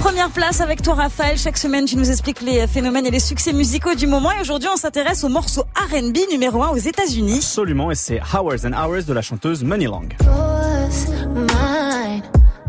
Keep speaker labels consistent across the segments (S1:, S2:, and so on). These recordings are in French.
S1: première place avec toi, Raphaël. Chaque semaine, tu nous expliques les phénomènes et les succès musicaux du moment. Et aujourd'hui, on s'intéresse au morceau R&B numéro 1 aux États-Unis.
S2: Absolument, et c'est Hours and Hours de la chanteuse Money Long.
S3: Yours, mine,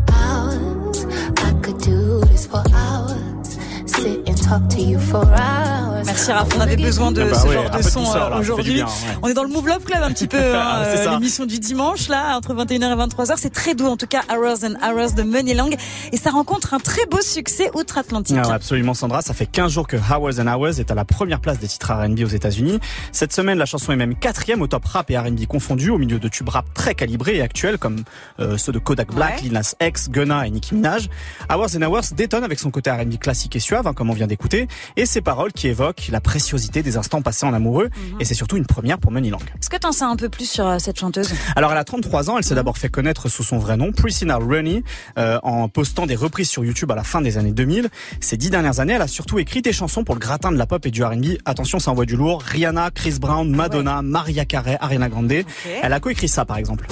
S3: ours. I could do this for hours. Sit and talk to you for hours.
S1: Merci Raph, on avait besoin de
S2: Ah bah
S1: ce
S2: ouais,
S1: genre
S2: un
S1: de
S2: peu
S1: son
S2: tout ça,
S1: euh,
S2: là, ça fait du
S1: aujourd'hui.
S2: bien, ouais. Ah,
S1: On est dans le Move Love Club un petit peu, hein,
S2: C'est
S1: euh,
S2: ça.
S1: l'émission du dimanche là, entre 21h et 23h. C'est très doux en tout cas, Hours and Hours de Money Lang. Et ça rencontre un très beau succès outre-Atlantique.
S2: Alors absolument Sandra, ça fait 15 jours que Hours and Hours est à la première place des titres R&B aux États-Unis. Cette semaine, la chanson est même quatrième au top rap et R&B confondus, au milieu de tubes rap très calibrés et actuels comme euh, ceux de Kodak Black,
S1: Ouais.
S2: Lil Nas X, Gunna et Nicki Minaj. Hours and Hours détonne avec son côté R&B classique et suave, hein, comme on vient d'écouter, et ses paroles qui évoquent la préciosité des instants passés en amoureux. Et c'est surtout une première pour Money Lang.
S1: Est-ce que t'en sais un peu plus sur euh, cette chanteuse
S2: Alors elle a 33 ans, elle
S1: Mmh.
S2: s'est d'abord fait connaître sous son vrai nom, Priscilla Rennie, euh, en postant des reprises sur YouTube à la fin des années 2000. Ces dix dernières années, elle a surtout écrit des chansons pour le gratin de la pop et du R&B. Attention, ça envoie du lourd. Rihanna, Chris Brown,
S1: Ah
S2: Madonna, Maria Carey, Ariana Grande. Elle a coécrit ça par exemple.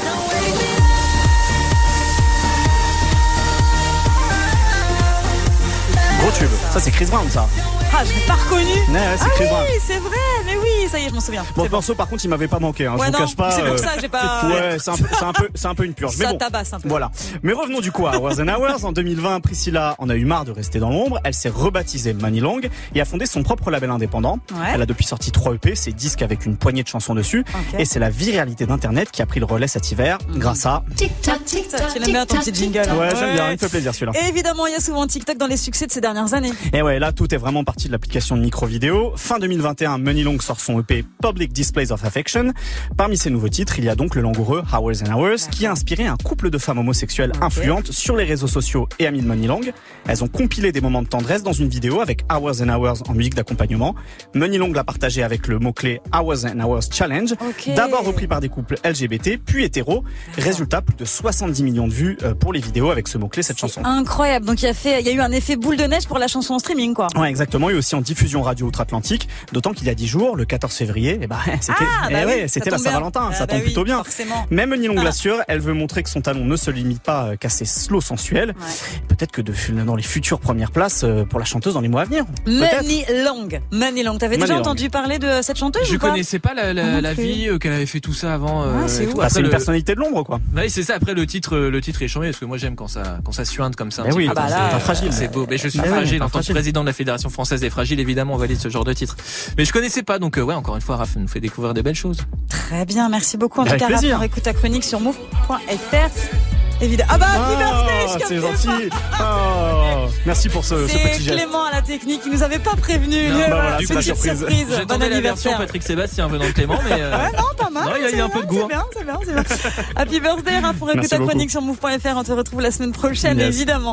S2: Gros tube. Ça c'est Chris Brown ça.
S1: Ah, je l'ai pas reconnue
S2: Ouais, ouais, c'est
S1: Ah
S2: Chris Brown.
S1: oui, c'est vrai, mais oui, ça y est, je m'en souviens.
S2: Bon, le morceau, par contre, il m'avait pas manqué. Hein,
S1: Ouais,
S2: je vous
S1: non,
S2: cache pas.
S1: c'est pour ça que j'ai pas-
S2: Ouais, c'est un, peu- c'est un peu, c'est un peu une purge.
S1: Ça
S2: mais bon,
S1: tabasse un peu.
S2: Voilà. Mais revenons du coup à Hours and Hours. En 2020, Priscilla en a eu marre de rester dans l'ombre. Elle s'est rebaptisée Manny Long et a fondé son propre label indépendant.
S1: Ouais.
S2: Elle a depuis sorti 3 EP, ses disques avec une poignée de chansons dessus.
S1: Ok. Mhm.
S2: Et c'est la viralité d'Internet qui a pris le relais cet hiver grâce à.
S3: Tic-tac, tic-tac,
S1: Tu l'aimes bien ton petit jingle. hein
S2: Ouais, j'aime bien. Il me fait plaisir celui-là.
S1: Et évidemment, il y a souvent TikTok dans les succès de ces dernières années.
S2: Et ouais, là, tout est vraiment parti de l'application de micro vidéo. Fin 2021, Money Long sort son EP Public Displays of Affection. Parmi ses nouveaux titres, il y a donc le langoureux Hours and Hours, qui a inspiré un couple de femmes homosexuelles influentes sur les réseaux sociaux et amies de Money Long. Elles ont compilé des moments de tendresse dans une vidéo avec Hours and Hours en musique d'accompagnement. Money Long l'a partagé avec le mot-clé Hours and Hours Challenge,
S1: Ok.
S2: d'abord repris par des couples LGBT, puis hétéros. Résultat, plus de 70 millions de vues euh, pour les vidéos avec ce mot-clé, cette chanson.
S1: Incroyable. Donc il y a fait, il y a eu un effet boule de neige pour la chanson en streaming, quoi.
S2: Ouais, exactement, et aussi en diffusion radio outre-Atlantique. D'autant qu'il y a 10 jours, le 14 février, eh ben, c'était
S1: Ah,
S2: eh
S1: bah oui,
S2: ouais,
S1: ça
S2: c'était
S1: tombe
S2: la
S1: bien.
S2: Saint-Valentin,
S1: Ah,
S2: ça
S1: bah
S2: tombe
S1: oui,
S2: plutôt bien.
S1: forcément.
S2: Même Nylon
S1: Ah.
S2: Glacieur, elle veut montrer que son talon ne se limite pas euh, qu'à ses slow sensuels. Peut-être que de, dans les futures premières places euh, pour la chanteuse dans les mois à venir. Peut-être.
S1: Money Lang. Money Lang. T'avais
S2: Money
S1: déjà
S2: Lang.
S1: entendu parler de euh, cette chanteuse
S4: Je
S1: ou pas
S4: connaissais pas la, la,
S1: non
S4: la
S1: plus.
S4: vie euh, qu'elle avait fait tout ça avant. euh,
S1: Ouais, Ah, c'est
S4: et
S1: ouf.
S4: tout.
S2: Bah, c'est
S4: Après,
S2: une
S4: le-
S2: personnalité de l'ombre, quoi.
S4: Ouais, c'est ça. Après le titre, euh, le titre est chambé parce que moi j'aime quand ça, quand ça suinte comme ça. un
S2: Mais
S4: petit
S2: Eh oui,
S4: peu,
S1: bah
S4: quand
S1: là,
S4: c'est-
S1: t'es
S2: fragile.
S4: Ah C'est beau. Mais je suis
S2: Mais oui,
S4: fragile
S2: t'es
S4: en tant que
S2: fragile.
S4: président de la fédération française des fragiles. Évidemment, on valide ce genre de titre. Mais je connaissais pas. Donc euh, ouais, encore une fois, Raph nous fait découvrir des belles choses.
S1: Très bien. Merci beaucoup. En tout
S2: Avec
S1: cas, Raph,
S2: plaisir.
S1: on écoute ta chronique sur move.fr. Évidemment. Ah bah, happy birthday, je
S2: Ah, c'est
S1: captais pas.
S2: gentil. Oh, merci pour ce, ce
S1: C'est
S2: petit geste.
S1: Clément à la technique. Il nous avait pas prévenu.
S4: Non,
S1: Mais
S4: bah
S2: voilà,
S1: c'est
S2: c'est
S1: une
S2: la
S1: petite
S2: surprise.
S1: surprise. Bon
S4: J'attendais la version
S1: anniversaire.
S4: Patrick Sébastien venant de Clément, mais euh,
S1: Ouais, non, pas mal.
S4: Non, il y a- il y a un peu de
S1: c'est
S4: goût, hein.
S1: bien, C'est bien, c'est bien. Happy birthday, Raph. On écoute
S2: Merci
S1: ta
S2: beaucoup.
S1: chronique sur move.fr. On te retrouve la semaine prochaine,
S2: Yes.
S1: évidemment.